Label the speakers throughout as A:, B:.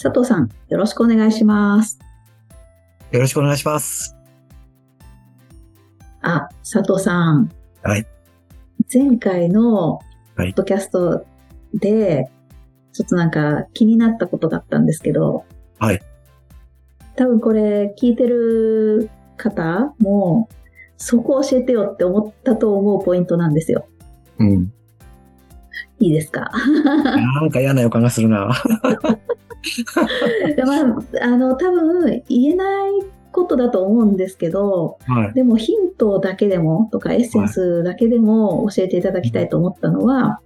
A: 佐藤さん、よろしくお願いします。
B: よろしくお願いします。
A: あ、佐藤さん。
B: はい。
A: 前回のポ
B: はい
A: ッドキャストで、ちょっとなんか気になったことがあったんですけど、
B: はい。
A: 多分これ聞いてる方も、そこ教えてよって思ったと思うポイントなんですよ。
B: うん。
A: いいです か
B: なんか嫌な予感がするな。
A: いやまあ、あの、多分言えないことだと思うんですけど、
B: はい。
A: でもヒントだけでもとかエッセンスだけでも教えていただきたいと思ったのは、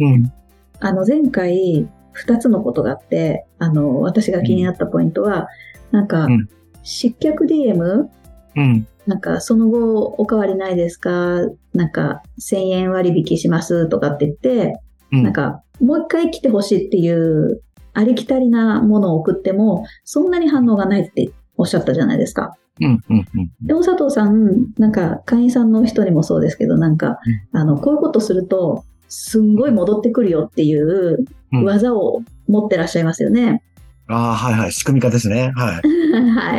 B: うん。
A: あの前回2つのことがあって、あの私が気になったポイントは、なんか
B: うん
A: 失脚 DM?
B: うん。
A: なんかその後おかわりないですかなんか1000円割引しますとかって言って、
B: うん。
A: なんかもう一回来てほしいっていうありきたりなものを送ってもそんなに反応がないっておっしゃったじゃないですか。
B: うん。うん。うん。
A: でも佐藤さん、なんか会員さんの人にもそうですけど、なんか、あの、こういうことすると、すんごい戻ってくるよっていう
B: うん
A: 技を持ってらっしゃいますよね。
B: ああ、はいはい。仕組み化ですね。はい。
A: は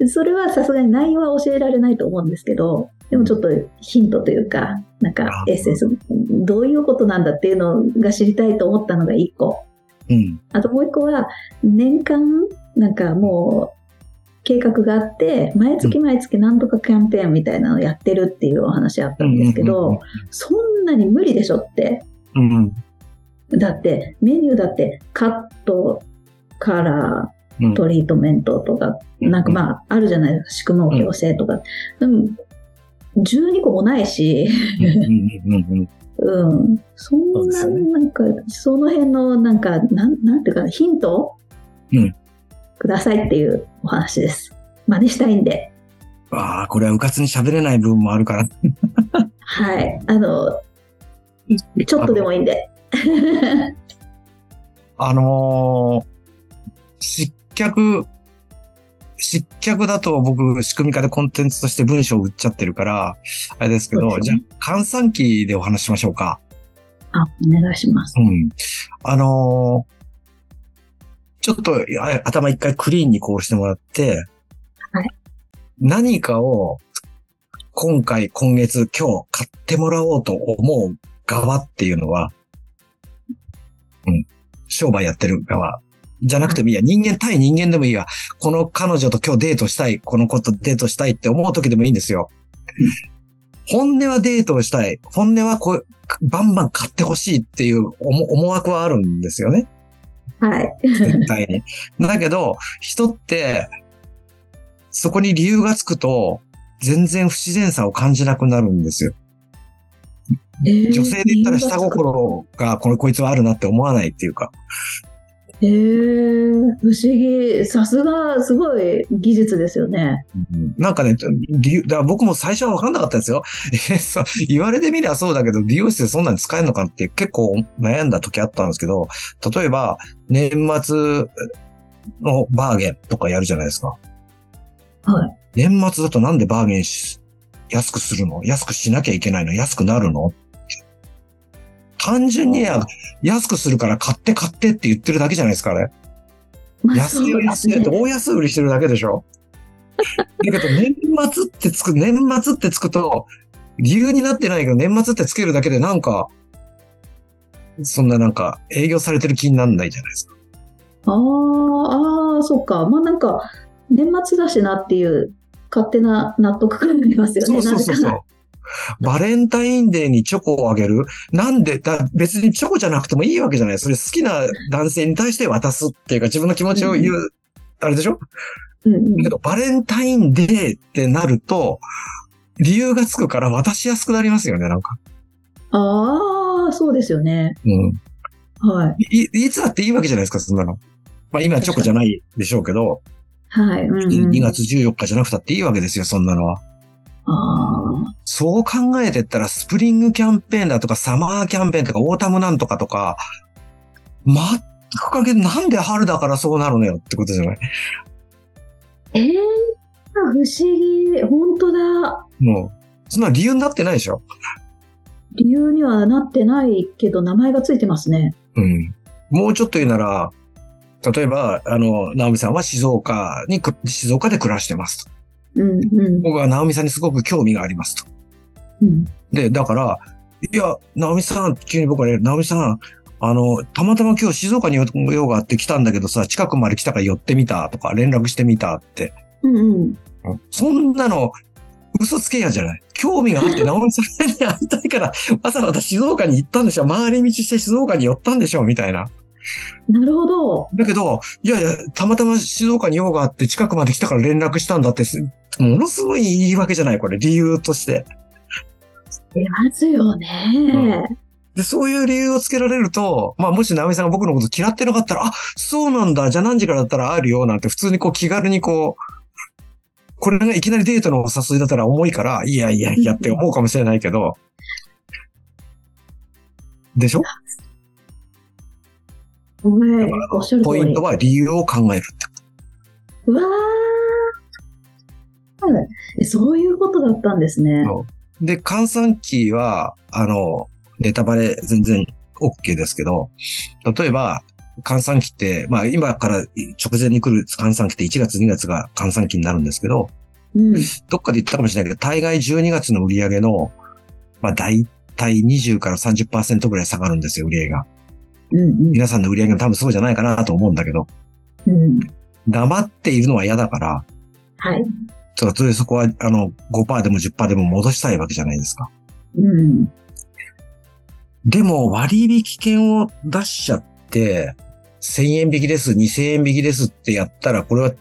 A: い。 それはさすがに内容は教えられないと思うんですけど、でもちょっとヒントというか、なんか
B: あ
A: エッセンス、どういうことなんだっていうのが知りたいと思ったのが一個。
B: うん。
A: あともう一個は、年間、なんかもう、計画があって、毎月毎月なんとかキャンペーンみたいなのをやってるっていうお話あったんですけど、そんなに無理でしょって。
B: うん。うん。
A: だって、メニューだって、カット、カラ
B: うん
A: ー、トリートメントとか、
B: うん
A: なんかまあ、あるじゃないですか。宿毛矯正とか。うん。12個もないし、
B: うん。うん。うん。うん
A: うん。そ
B: そうんで
A: な、
B: すよね
A: なんか、その辺の、なんか、なん、なんていうかな、ヒント
B: うん
A: くださいっていうお話です。真似したいんで。
B: ああ、これはうかつに喋れない部分もあるから。
A: はい。あの、ちょっとでもいいんで。
B: あのー失脚、失脚だと僕、仕組み化でコンテンツとして文章を売っちゃってるから、あれですけど、
A: そうです
B: じゃ
A: ね
B: あ、換算期でお話ししましょうか。
A: あ、お願いします。
B: うん。あのーちょっとあ頭一回クリーンにこうしてもらって、
A: はい
B: 何かを今回、今月、今日買ってもらおうと思う側っていうのは、うん、商売やってる側。じゃなくてもいいや。人間対人間でもいいや。この彼女と今日デートしたい。この子とデートしたいって思う時でもいいんですよ。本音はデートをしたい。本音はこう、バンバン買ってほしいっていう思思惑はあるんですよね。
A: はい。
B: 絶対に。だけど、人って、そこに理由がつくと、全然不自然さを感じなくなるんですよ。女性で言ったら下心が、このこいつはあるなって思わないっていうか。
A: えー、不思議。さすが、すごい技術ですよね。
B: うんなんかね、理由、だから僕も最初は分かんなかったんですよ。 えそう言われてみればそうだけど、美容室でそんなに使えるのかって結構悩んだ時あったんですけど、例えば、年末のバーゲンとかやるじゃないですか。
A: はい。
B: 年末だとなんでバーゲンし、安くするの安くしなきゃいけないの安くなるの単純にや安くするから買って買ってって言ってるだけじゃないですか、あれ。
A: まあ
B: 安いよ安いよって大安売りしてるだけで しょだけど年末ってつく、年末ってつくと、理由になってないけど年末ってつけるだけでなんか、そんななんか営業されてる気になんないじゃないですか。
A: あーあー、そっか。まあなんか、年末だしなっていう勝手な納得感がありますよね。
B: そうそうそうそう
A: なぜか。
B: バレンタインデーにチョコをあげるなんでだ、別にチョコじゃなくてもいいわけじゃない。それ好きな男性に対して渡すっていうか、自分の気持ちを言う、あれでしょ
A: うんうん
B: だけど、バレンタインデーってなると、理由がつくから渡しやすくなりますよね、なんか。
A: ああ、そうですよね。
B: うん。
A: はい。
B: い、いつだっていいわけじゃないですか、そんなの。まあ今直じゃないでしょうけど、
A: はい。うん、うん。
B: 2月14日じゃなくたっていいわけですよ、そんなのは。
A: あ
B: そう考えてったら、スプリングキャンペーンだとか、サマーキャンペーンとか、オータムなんとかとか、全くかけ、なんで春だからそうなるのよってことじゃない
A: ーえー、不思議。本当だ。
B: もう、そんな理由になってないでしょ
A: 理由にはなってないけど、名前がついてますね。
B: うん。もうちょっと言うなら、例えば、あの、ナオミさんは静岡にく、静岡で暮らしてますと。
A: うん、うん
B: 僕はナオミさんにすごく興味がありますと。
A: うん。
B: で、だから、いや、直美さん、急に僕はね、直美さん、あの、たまたま今日静岡に用があって来たんだけどさ、近くまで来たから寄ってみたとか、連絡してみたって。
A: うん、うん。
B: そんなの、嘘つけやじゃない。興味があって、直美さんに会いたいから、わざわざ静岡に行ったんでしょ回り道して静岡に寄ったんでしょみたいな。
A: なるほど。
B: だけど、いやいや、たまたま静岡に用があって近くまで来たから連絡したんだってす、ものすごい言い訳じゃないこれ、理由として。
A: 出ますよね。
B: で、そういう理由をつけられると、まあ、もし直美さんが僕のこと嫌ってなかったら、あ、そうなんだ、じゃあ何時からだったらあるよ、なんて普通にこう気軽にこう、これがいきなりデートのお誘いだったら重いから、いやいやいやって思うかもしれないけど、でしょ
A: はい
B: だから。
A: おっしゃる通
B: ポイン
A: り
B: ト。は理由を考えるって。
A: うわー。えそういうことだったんですね。
B: で、換算機は、あの、ネタバレ全然 OK ですけど、例えば、換算機って、まあ今から直前に来る換算機って1月2月が換算機になるんですけど、
A: うん。
B: どっかで言ったかもしれないけど、大概12月の売り上げの、まあ大体20から30%ぐらい下がるんですよ、売り上げが。
A: うん。
B: 皆さんの売り上げも多分そうじゃないかなと思うんだけど、
A: うん。うん。
B: 黙っているのは嫌だから、
A: はい。
B: ちょっとそこは、あの、5%でも10%でも戻したいわけじゃないですか。
A: うん。
B: でも、割引券を出しちゃって、1000円引きです、2000円引きですってやったら、これは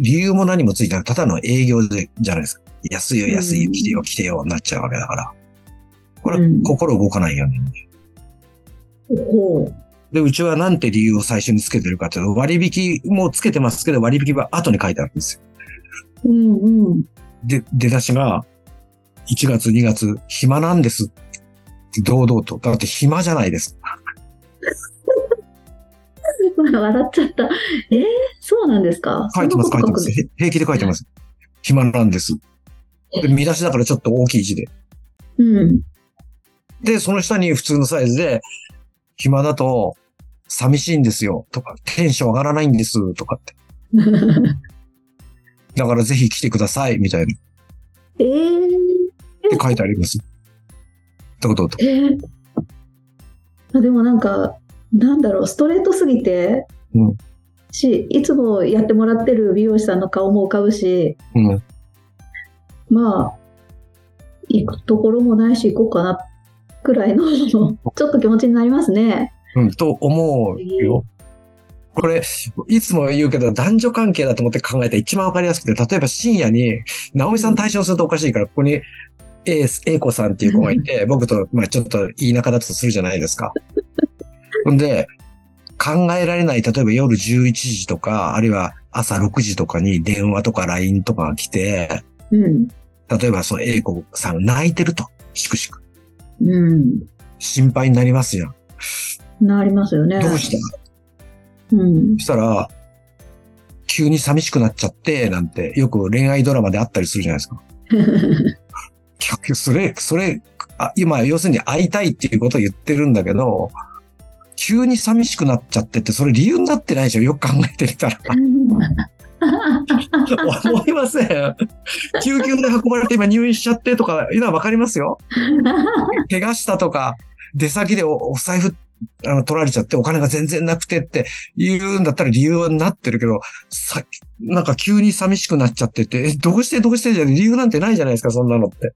B: 理由も何もついてない。ただの営業でじゃないですか。安いよ、安いよ、
A: うん
B: 来てよ、来てよ、なっちゃうわけだから。これ
A: う
B: は
A: ん
B: 心動かないよね。
A: ほう。
B: で、うちはなんて理由を最初につけてるかというと、割引もつけてますけど、割引は後に書いてあるんですよ。
A: うんうん。
B: で、出だしが、1月、2月、暇なんです。堂々と。だって暇じゃないです。
A: 笑っちゃった。えー、そうなんですか
B: 書いてます、
A: そ
B: 書
A: ん
B: いて
A: なこ
B: ま
A: と
B: す。へ平気で書いてます。暇なんです。で見出しだからちょっと大きい字で。
A: 書くうん。
B: で、その下に普通のサイズで、暇だと寂しいんですよとか、テンション上がらないんですとかって。だからぜひ来てくださいみたいな
A: えー、
B: って書いてあります。ってこと
A: え
B: と。
A: ーあでもなんか、なんだろう、ストレートすぎて、
B: うん
A: し、いつもやってもらってる美容師さんの顔も浮かぶし、
B: うん。
A: まあ、行くところもないし、行こうかな、くらい の、ちょっと気持ちになりますね。
B: うん。と思うよ。これ、いつも言うけど、男女関係だと思って考えたら一番わかりやすくて、例えば深夜に、直美さん対象するとおかしいから、ここに、A、A 子さんっていう子がいて、僕と、まあちょっといい仲だとするじゃないです か。ほんで、考えられない、例えば夜11時とか、あるいは朝6時とかに電話とか LINE とかが来て、
A: うん。
B: 例えばその A 子さん泣いてると、しくしく。
A: うん。
B: 心配になりますよ。
A: なりますよね。
B: どうした
A: うん
B: そ。したら、急に寂しくなっちゃって、なんて、よく恋愛ドラマであったりするじゃないですか。結局それ、それ、あ今、要するに会いたいっていうことを言ってるんだけど、急に寂しくなっちゃってって、それ理由になってないでしょよく考えてみたら。思いません。救急で運ばれて今入院しちゃってとか、いうのはわかりますよ。怪我したとか、出先でおお財布あの取られちゃってお金が全然なくてって言うんだったら理由はなってるけど、さなんか急に寂しくなっちゃってて、え、どうしてどうしてじゃ理由なんてないじゃないですか、そんなのって。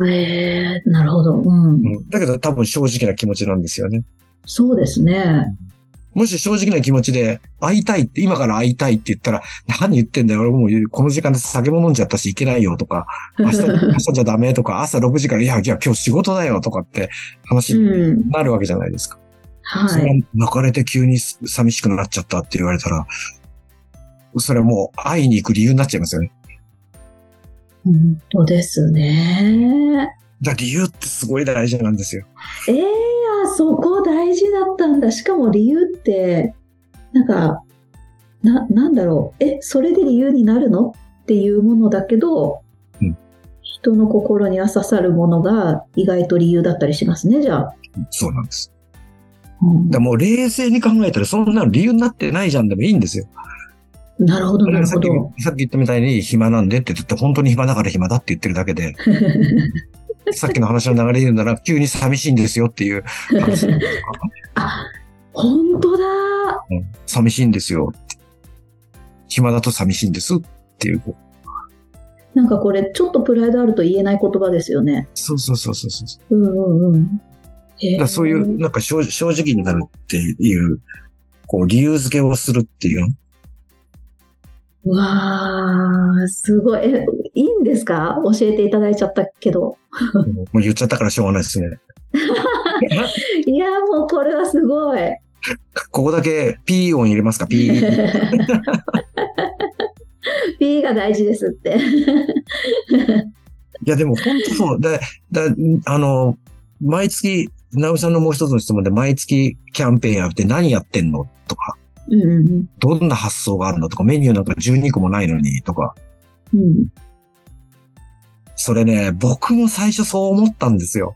A: えー、なるほど。うん
B: う。ん、だけど多分正直な気持ちなんですよね。
A: そうですね。
B: もし正直な気持ちで会いたいって、今から会いたいって言ったら、何言ってんだよ、俺もうこの時間で酒も飲んじゃったし行けないよとか、明日、明日じゃダメとか、朝6時から、いや、いや、今日仕事だよとかって話
A: う
B: に
A: ん。
B: なるわけじゃないですか。そ
A: は
B: れ
A: い。
B: 泣かれて急に寂しくなっちゃったって言われたら、それはもう会いに行く理由になっちゃいますよね。
A: 本当ですね。
B: だから理由ってすごい大事なんですよ。
A: ええあそこ大事だったんだ。しかも理由って、なんか、な、なんだろう。え、それで理由になるのっていうものだけど、
B: うん
A: 人の心には刺さるものが意外と理由だったりしますね、じゃあ。
B: そうなんです。
A: うん
B: だからもう冷静に考えたらそんなの理由になってないじゃんでもいいんですよ。
A: なるほど、なる
B: さ
A: ほ
B: っき
A: ど。
B: さっき言ったみたいに暇なんでって言って本当に暇だから暇だって言ってるだけで、さっきの話の流れで言うなら急に寂しいんですよって いう話
A: あ、 本当だ。
B: 寂しいんですよって。暇だと寂しいんですっていう。
A: なんかこれ、ちょっとプライドあると言えない言葉ですよね。
B: そうそうそうそうそう。
A: うんうんうん。え
B: だからそういう、なんか正正直になるっていう、こう、理由付けをするっていうの。
A: うわー、すごい。え、いいんですか教えていただいちゃったけど。
B: もう言っちゃったからしょうがないですね。
A: いやー、もうこれはすごい。
B: ここだけ、ピー音入れますか、ピ ー。
A: P が大事ですって。
B: いや、でも本当そう。だ、だ、あの、毎月、ナウさんのもう一つの質問で、毎月キャンペーンやって何やってんのとか、
A: うんうん
B: どんな発想があるのとか、メニューなんか12個もないのに、とか。
A: うん。うん
B: それね、僕も最初そう思ったんですよ。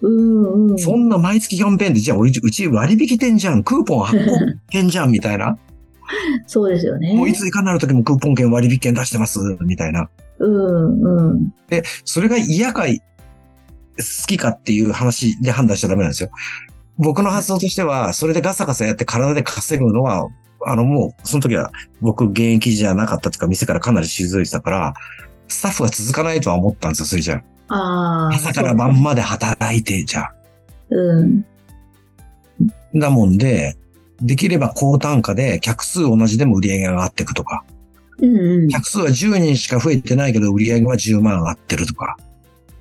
A: うんうん。
B: そんな毎月キャンペーンで、じゃあ俺、うち割引店じゃん、クーポン発行券じゃん、みた いな。
A: そうですよね。
B: もういついかなる時もクーポン券割引券出してます、みたいな。
A: うんうん。
B: それが嫌かい、好きかっていう話で判断しちゃダメなんですよ。僕の発想としては、それでガサガサやって体で稼ぐのは、あのもう、その時は僕現役じゃなかったというか、店からかなり退いてたから、スタッフは続かないとは思ったんですよ、それじゃ
A: あ
B: あ。
A: あ。
B: 朝から晩まで働いて、じゃあ。
A: そう。うん。
B: だもんで、できれば高単価で客数同じでも売り上げが上がっていくとか、
A: うんうん。
B: 客数は10人しか増えてないけど売り上げは10万上がってるとか、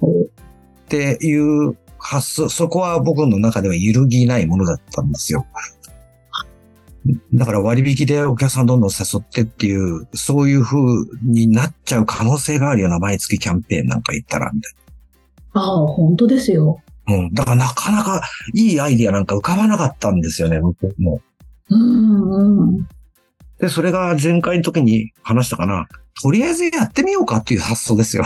B: っていう発想、そこは僕の中では揺るぎないものだったんですよ。だから割引でお客さんどんどん誘ってっていう、そういう風になっちゃう可能性があるような毎月キャンペーンなんか言ったら、みたい
A: ああ、本当ですよ。
B: な。うん。だからなかなかいいアイディアなんか浮かばなかったんですよね、僕も。
A: うんうん。
B: で、それが前回の時に話したかな。とりあえずやってみようかっていう発想ですよ。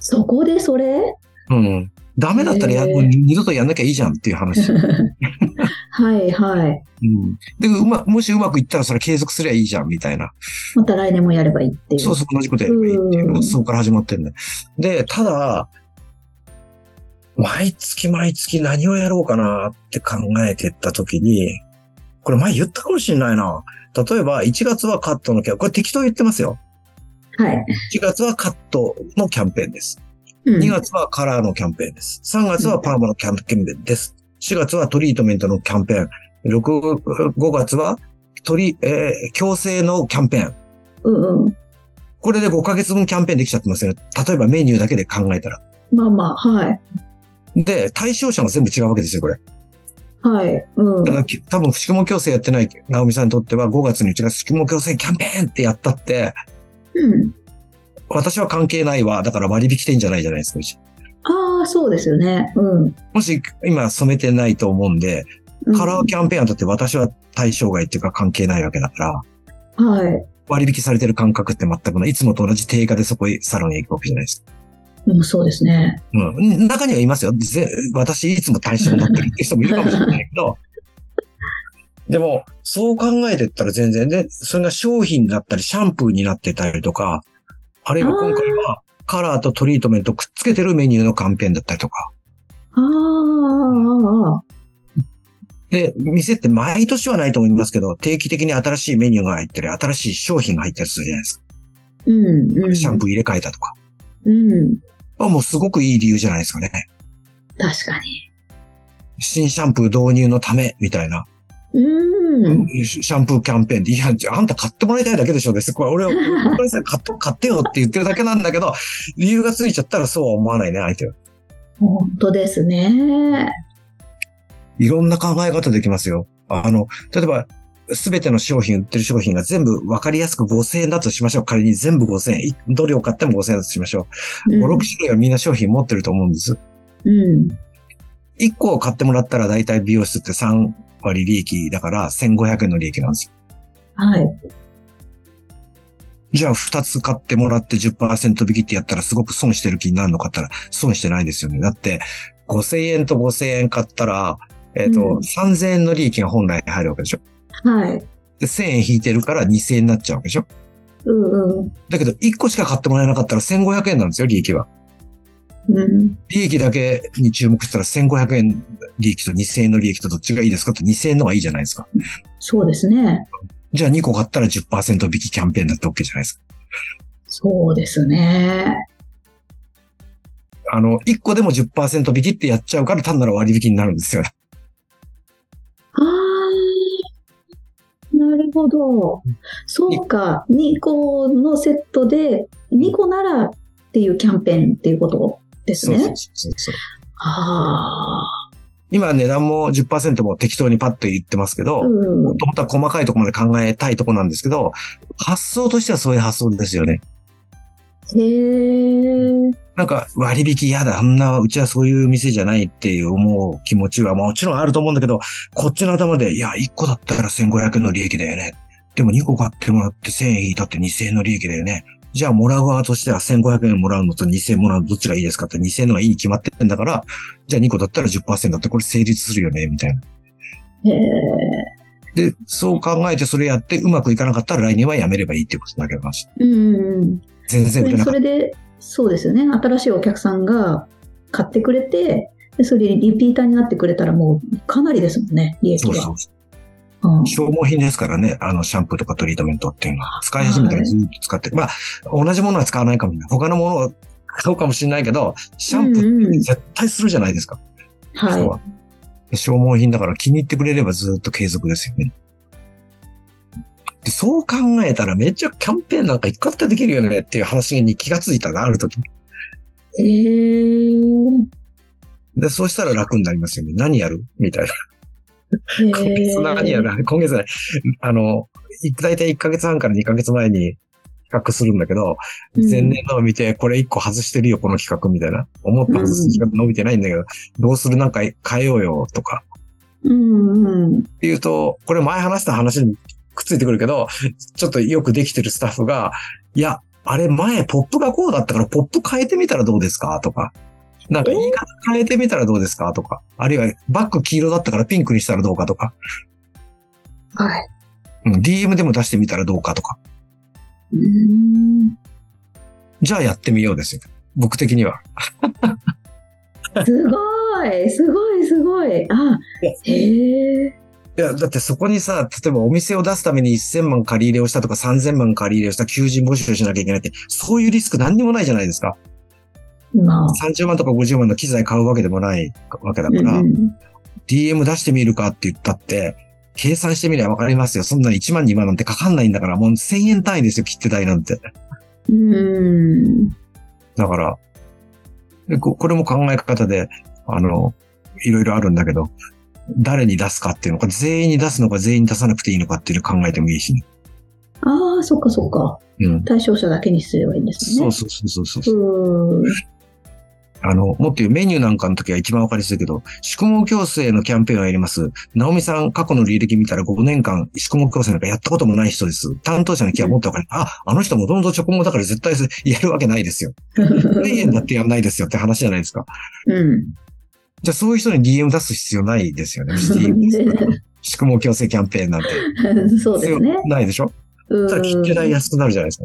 A: そこでそれ
B: うん。ダメだったらや、
A: へー
B: もう二度とやんなきゃいいじゃんってい う話。うん。
A: はいはい。
B: で、うま、もしうまくいったらそれ継続すりゃいいじゃんみたいな。
A: また来年もやればいいっていう。
B: そうそう、同じことやればいいっていうう、
A: ん
B: そこから始まってんだよ。で、ただ、毎月毎月何をやろうかなって考えてった時に、これ前言ったかもしれないな。例えば、1月はカットのキャンこれ適当言ってますよ。
A: はい。
B: 1月はカットのキャンペーンです。
A: うん
B: 2月はカラーのキャンペーンです。3月はパーマのキャンペーンです。4月はトリートメントのキャンペーン。6 5月はトリ、えー、強制のキャンペーン。
A: うんうん。
B: これで5ヶ月分キャンペーンできちゃってますよね。例えばメニューだけで考えたら。
A: まあまあ、はい。
B: で、対象者が全部違うわけですよ、これ。
A: はい。うん
B: だ。からき多分、宿毛矯正やってない直美さんにとっては、5月にうちが宿毛矯正キャンペーンってやったって、
A: うん。
B: 私は関係ないわ。だから割引店じゃないじゃないですか、うち。
A: ああ、そうですよね。うん。
B: もし、今染めてないと思うんで、カラーキャンペーンだって私は対象外っていうか関係ないわけだから、
A: うんはい。
B: 割引されてる感覚って全くない。いつもと同じ定価でそこへサロンへ行くわけじゃないですか。
A: うん、そうですね。
B: うん。中にはいますよ。ぜ私いつも対象になってるって人もいるかもしれないけ ど、でも、そう考えてったら全然で、それが商品だったりシャンプーになってたりとか、あるいは今回はカラーとトリートメントくっつけてるメニューのキャンペーンだったりとか。
A: あーあー、あー
B: で、店って毎年はないと思いますけど、定期的に新しいメニューが入ったり、新しい商品が入ったりするじゃないですか。
A: うん、うん。
B: シャンプー入れ替えたとか。
A: うん。
B: あもうすごくいい理由じゃないですかね。
A: 確かに。
B: 新シャンプー導入のため、みたいな。
A: うん。
B: シャンプーキャンペーンで、いや、あんた買ってもらいたいだけでしょです。これ 俺は、これさ、買って、買ってよって言ってるだけなんだけど、理由がついちゃったらそうは思わないね、相手は。
A: 本当ですね。
B: いろんな考え方できますよ。あの、例えば、すべての商品、売ってる商品が全部分かりやすく5000円だとしましょう。仮に全部5000円。いどれを買っても5000円だとしましょう。5、6種類はみんな商品持ってると思うんです。
A: うん。
B: 1個を買ってもらったら大体美容室って3割利益だから1500円の利益なんですよ。
A: はい。
B: じゃあ2つ買ってもらって10%引きってやったらすごく損してる気になるのかって言ったら損してないですよね。だって5000円と5000円買ったら、えっ、と、
A: うん
B: 3000円の利益が本来入るわけでしょ。
A: はい。
B: で、1000円引いてるから2000円になっちゃうわけでしょ。
A: うんうん。
B: だけど、1個しか買ってもらえなかったら1500円なんですよ、利益は。
A: うん。
B: 利益だけに注目したら1500円利益と2000円の利益とどっちがいいですかって2000円の方がいいじゃないですか。
A: そうですね。
B: じゃあ2個買ったら10%引きキャンペーンだって OK じゃないですか。
A: そうですね。
B: あの、1個でも10%引きってやっちゃうから単なる割引になるんですよ。
A: あー。なるほど。そうか。2個のセットで、2個ならっていうキャンペーンっていうことです
B: そうそう
A: ね。
B: そうそう。
A: あ
B: 今値段も10%も適当にパッと言ってますけど、
A: あ。
B: 本
A: うん。
B: 当は細かいところまで考えたいところなんですけど、発想としてはそういう発想ですよね。
A: へえ。
B: なんか割引嫌だ、あんな、うちはそういう店じゃないっていう思う気持ちはもちろんあると思うんだけど、こっちの頭で、いや、1個だったら1500円の利益だよね。でも2個買ってもらって1000円引いたって2000円の利益だよね。じゃあ、もらう側としては1500円もらうのと2000円もらうのどっちがいいですかって2000円のがいいに決まってるんだから、じゃあ2個だったら10%だってこれ成立するよね、みたいな。
A: へえ。
B: で、そう考えてそれやってうまくいかなかったら来年はやめればいいっていうことだけど、
A: うんうん。
B: 全然売れ
A: で
B: なか
A: そ
B: った。
A: れで、そうですよね。新しいお客さんが買ってくれて、でそれでリピーターになってくれたらもうかなりですもんね、利益
B: そう
A: が。
B: そ
A: う
B: う。
A: ん
B: 消耗品ですからね、あの、シャンプーとかトリートメントっていうのは、使い始めたらずっと使ってる。まあ、同じものは使わないかもしれない。他のものを買うかもしれないけど、シャンプー
A: うんうん
B: 絶対するじゃないですか。人
A: は
B: は消耗品だから気に入ってくれればずっと継続ですよね。でそう考えたらめっちゃキャンペーンなんか一括でできるよねっていう話に気がついたな、ある時。
A: い。へえ。
B: で、そうしたら楽になりますよね。何やるみたいな。今月何や
A: な
B: る今月ない。 あの、い大体1ヶ月半から2ヶ月前に比較するんだけど、
A: うん
B: 前年のを見て、これ1個外してるよ、この企画みたいな。思った外す時間伸びてないんだけど、どうするなんか変えようよ、とか。
A: うんうん。
B: っていうと、これ前話した話にくっついてくるけど、ちょっとよくできてるスタッフが、いや、あれ前ポップがこうだったからポップ変えてみたらどうですかとか。なんか言い方変えてみたらどうですかとか。あるいはバック黄色だったからピンクにしたらどうかとか。
A: はい。
B: うん DM でも出してみたらどうかとか。
A: うん
B: じゃあやってみようですよ。僕的には。
A: すごい、すごい、すごい。あ、へえ。
B: いや、だってそこにさ、例えばお店を出すために1000万借り入れをしたとか3000万借り入れをした求人募集をしなきゃいけないって、そういうリスク何にもないじゃないですか。
A: まあ。
B: 30万とか50万の機材買うわけでもないわけだから、
A: うんうん、
B: DM 出してみるかって言ったって、計算してみりゃわかりますよ。そんな1万2万なんてかかんないんだから、もう1000円単位ですよ、切手代なんて。
A: うん。
B: だから、でここれも考え方で、あの、いろいろあるんだけど、誰に出すかっていうのか、全員に出すのか、全員出さなくていいのかっていうのを考えてもいいし、ね。
A: ああ、そっかそっか。
B: うん。
A: 対象者だけにすればいいんです
B: そ
A: ね。
B: うそうそうそうそう。
A: う。うん。
B: あの、もっと言うメニューなんかの時は一番わかりやすいけど、宿毛矯正のキャンペーンをやります。ナオミさん、過去の履歴見たら5年間、宿毛矯正なんかやったこともない人です。担当者の気はもっとわかり、あ、あの人もともと直毛だから絶対やるわけないですよ。1000円だってやんないですよって話じゃないですか。
A: うん。
B: じゃあそういう人に DM 出す必要ないですよね。宿毛矯正キャンペーンなんて。
A: そうですね
B: 必要。ないでしょ
A: うん
B: ただ、切手代安くなるじゃないですか。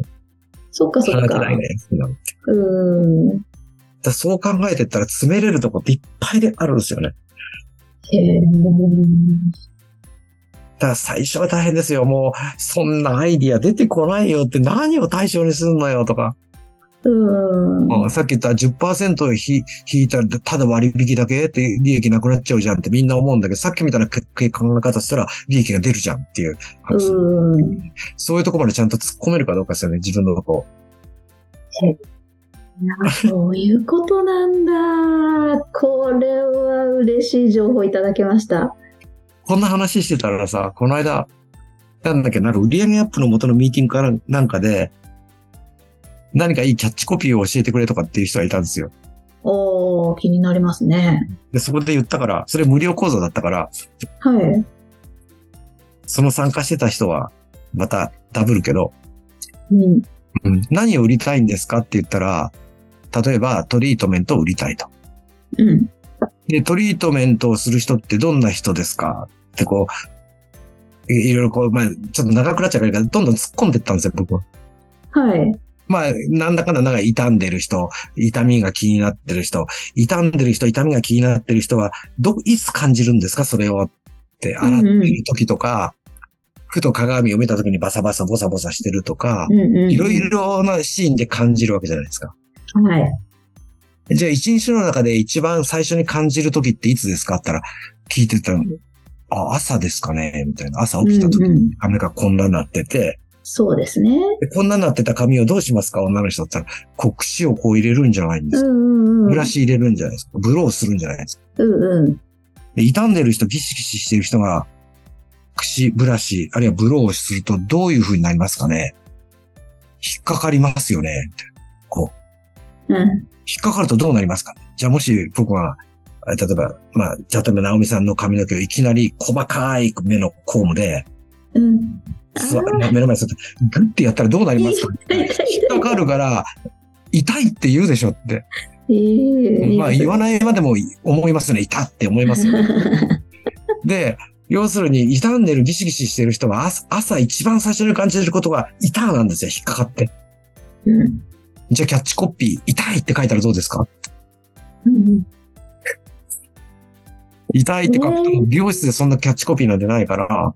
A: そっかそっ
B: 花手
A: か。
B: 代が安くなる。だか
A: うん。
B: らそう考えてったら詰めれるとこっていっぱいであるんですよね。
A: へえ。
B: ただ最初は大変ですよ。もう、そんなアイディア出てこないよって何を対象にするのよとか。
A: うん。
B: うんさっき言った10%をひ引いたらただ割引だけって利益なくなっちゃうじゃんってみんな思うんだけど、さっきみたいなけけ考え方したら利益が出るじゃんっていう話。
A: うん。
B: そういうとこまでちゃんと突っ込めるかどうかですよね、自分のとこ。
A: そういうことなんだ。これは嬉しい情報いただけました。
B: こんな話してたらさ、この間、なんだっけ、なんか売上アップの元のミーティングからなんかで、何かいいキャッチコピーを教えてくれとかっていう人がいたんですよ。
A: おー、気になりますね。
B: で、そこで言ったから、それ無料講座だったから、
A: はい。
B: その参加してた人は、またダブるけど、
A: うん。
B: うん何を売りたいんですかって言ったら、例えばトリートメントを売りたいと。
A: うん。
B: で、トリートメントをする人ってどんな人ですかってこう、いいろいろこう、まあ、ちょっと長くなっちゃうから、どんどん突っ込んでったんですよ、僕は。
A: はい。
B: まあ、なんだかんだなんか傷んでる人、痛みが気になってる人、傷んでる人、痛みが気になってる人は、ど、いつ感じるんですかそれをって、洗ってる時とか、ふと鏡を見た時にバサバサボサボサしてるとか
A: う、んうん、
B: いろい。ろなシーンで感じるわけじゃないですか。
A: はい。
B: じゃあ一日の中で一番最初に感じる時っていつですかって言ったら、聞いてたの。あ、朝ですかねみたいな。朝起きた時
A: うんうん
B: に髪がこんなになってて、
A: そうですね。
B: でこんなになってた髪をどうしますか女の人だったら、黒紙をこう入れるんじゃないんで
A: う
B: す
A: ん
B: か、
A: うんうん。
B: ブラシ入れるんじゃないですかブローするんじゃないですか
A: うんうん。
B: で傷んでる人、ギシギシしてる人が、口、ブラシ、あるいはブローをするとどういう風になりますかね引っかかりますよね
A: うん。
B: 引っかかるとどうなりますかじゃあもし僕が、え例えば、まあ、じゃあ例えば直美さんの髪の毛をいきなり細かい目のコームで、
A: うん。
B: 座
A: あー
B: 目の前に座って、グッてやったらどうなりますか
A: 痛い痛い
B: 引っかかるから、痛いって言うでしょって。
A: ええ
B: まあ言わないまでも思いますね。痛って思いますよ。で、要するに傷んでるギシギシしてる人は朝朝一番最初に感じることが痛なんですよ。引っかかって。
A: うん。
B: じゃあキャッチコピー、痛いって書いたらどうですか
A: うん
B: 痛いって書くと
A: ねえ
B: 美容室でそんなキャッチコピーなんてないから、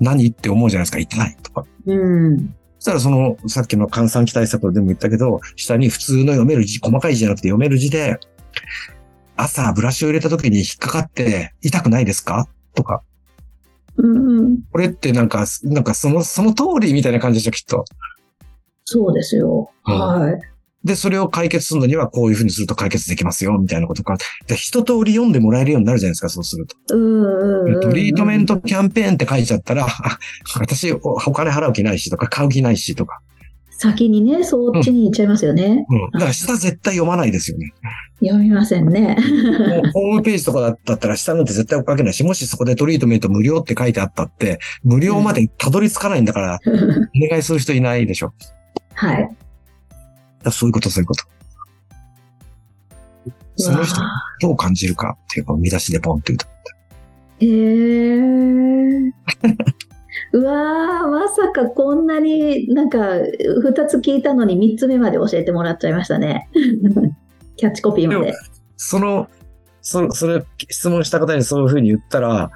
B: 何って思うじゃないですか。痛いとか。
A: うん。
B: そしたらその、さっきの換算期対策でも言ったけど、下に普通の読める字、細かい字じゃなくて読める字で、朝ブラシを入れた時に引っかかって痛くないですかとか。
A: うんうん。
B: これってなんか、なんかその、その通りみたいな感じでしょ、きっと。
A: そうですよ。
B: うん
A: はい。
B: で、それを解決するのにはこういうふうにすると解決できますよ、みたいなことか。で、一通り読んでもらえるようになるじゃないですか、そうすると。
A: うんうんうん。
B: トリートメントキャンペーンって書いちゃったら、あ私お、お金払う気ないしとか、買う気ないしとか。
A: 先にね、そっちに行っちゃいますよね。
B: うん。だから下絶対読まないですよね。
A: 読みません ね。
B: もうホームページとかだだったら下なんて絶対追っかけないし、もしそこでトリートメント無料って書いてあったって、無料までたどり着かないんだから、お願いする人いないでしょ。
A: はい。
B: だからそういうこと、そういうこと。その人
A: わあ
B: どう感じるかっていうか、見出しでポンって言う
A: へえ。
B: と。
A: うわあ、まさかこんなになんか2つ聞いたのに3つ目まで教えてもらっちゃいました ね。キャッチコピーまで。
B: その、そそれ、質問した方にそういうふうに言ったら、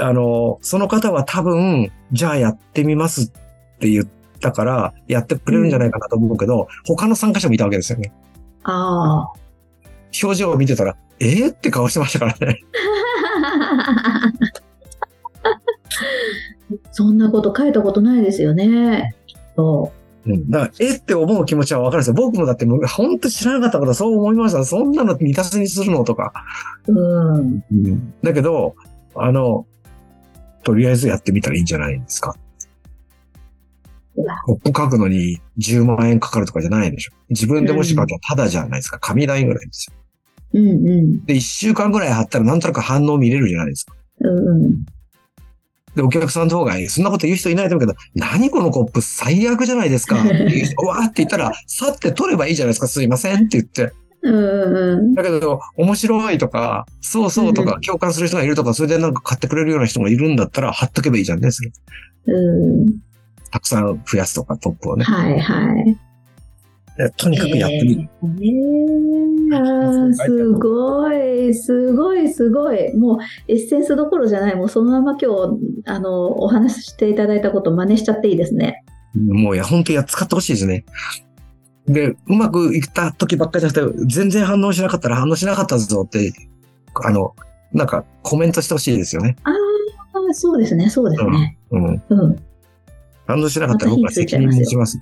B: あの、その方は多分、じゃあやってみますって言ったから、やってくれるんじゃないかなと思うけど、他の参加者もいたわけですよね。
A: あ
B: 表情を見てたら、えー、って顔してましたからね。
A: あ。 そんなこと書いたことないですよね。そ
B: うん。だから、えーって思う気持ちはわかるんですよ。僕もだって、本当知らなかったからそう思いました。そんなの満たしにするのとか。
A: う。うん。
B: だけど、あの、とりあえずやってみたらいいんじゃないですか
A: うわ。
B: コップ書くのに10万円かかるとかじゃないでしょ。自分でもし書けばただじゃないですか。紙代ぐらいですよ。
A: うんうん。
B: で、1週間ぐらい貼ったらなんとなく反応見れるじゃないですか。
A: うんうん。
B: で、お客さんの方が、そんなこと言う人いないと思うけど、何このコップ最悪じゃないですか。っていう人わーって言ったら、去って取ればいいじゃないですか。すいませんって言って。
A: うんうん
B: だけど、面白いとか、そうそうと
A: うん
B: か、共感する人がいるとか、それでなんか買ってくれるような人がいるんだったら、貼っとけばいいじゃんね。それ
A: うん。
B: たくさん増やすとか、トップをね。
A: はいはい。
B: でとにかくやってみる。
A: えーあーすごい、すごい、すごい。もうエッセンスどころじゃない、もうそのまま今日、あの、お話ししていただいたこと真似しちゃっていいですね。
B: もういや、本当にやっ使ってほしいですね。で、うまくいった時ばっかりじゃなくて、全然反応しなかったら反応しなかったぞって、あの、なんかコメントしてほしいですよね。
A: ああ、そうですね、そうですね。
B: うん。
A: うん。
B: 反応しなかったら僕は責任持ちます。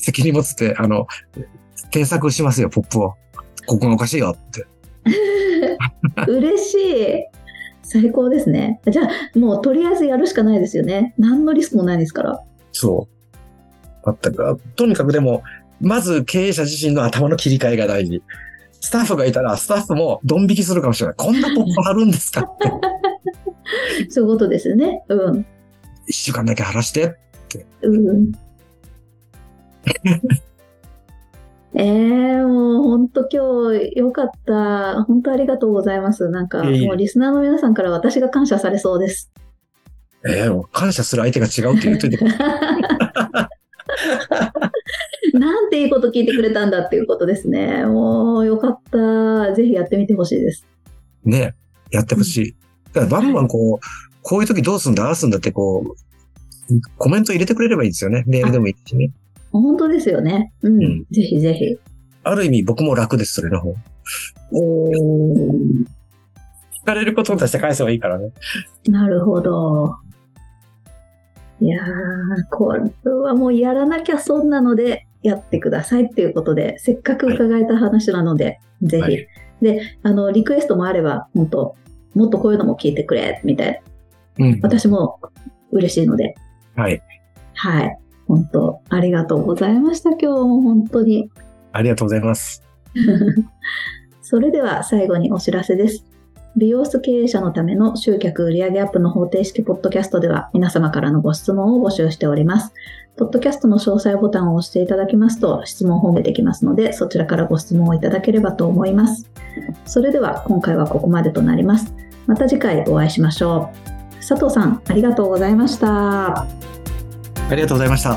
B: 責任持つって、あの、検索しますよ、ポップを。ここがおかしいよって。
A: 嬉しい。最高ですね。じゃあ、もうとりあえずやるしかないですよね。何のリスクもないですから。
B: そう。全く。あとにかくでも、まず経営者自身の頭の切り替えが大事。スタッフがいたら、スタッフもドン引きするかもしれない。こんなポップあるんですかって。
A: そういうことですよね。うん。
B: 一週間だけ晴らして。
A: うん。えー、もう本当今日よかった。本当ありがとうございます。なんか、
B: いえいえ
A: もうリスナーの皆さんから私が感謝されそうです。
B: ええもう感謝する相手が違うって言っといて。
A: なんていいこと聞いてくれたんだっていうことですね。もうよかった。ぜひやってみてほしいです。
B: ねやってほしい。だからバンバンこう、こういう時どうすんだ、ああすんだってこう、コメント入れてくれればいいですよね。メールでもいいしね。
A: 本当ですよね。うん。
B: うん
A: ぜひぜひ。
B: ある意味僕も楽です、それの方。聞かれることに対して返せばいいからね。
A: なるほど。いやー、これはもうやらなきゃ損なので、やってくださいっていうことで、せっかく伺えた話なので、ぜひ、
B: はい
A: あの、リクエストもあれば、本当もっとこういうのも聞いてくれ、みたいな。
B: うん。
A: 私も嬉しいので、
B: はい。
A: はい。本当、ありがとうございました。今日も本当に。
B: ありがとうございます。
A: それでは最後にお知らせです。美容室経営者のための集客売上アップの方程式ポッドキャストでは皆様からのご質問を募集しております。ポッドキャストの詳細ボタンを押していただきますと質問フォームできますのでそちらからご質問をいただければと思います。それでは今回はここまでとなります。また次回お会いしましょう。佐藤さん、ありがとうございました。
B: ありがとうございました。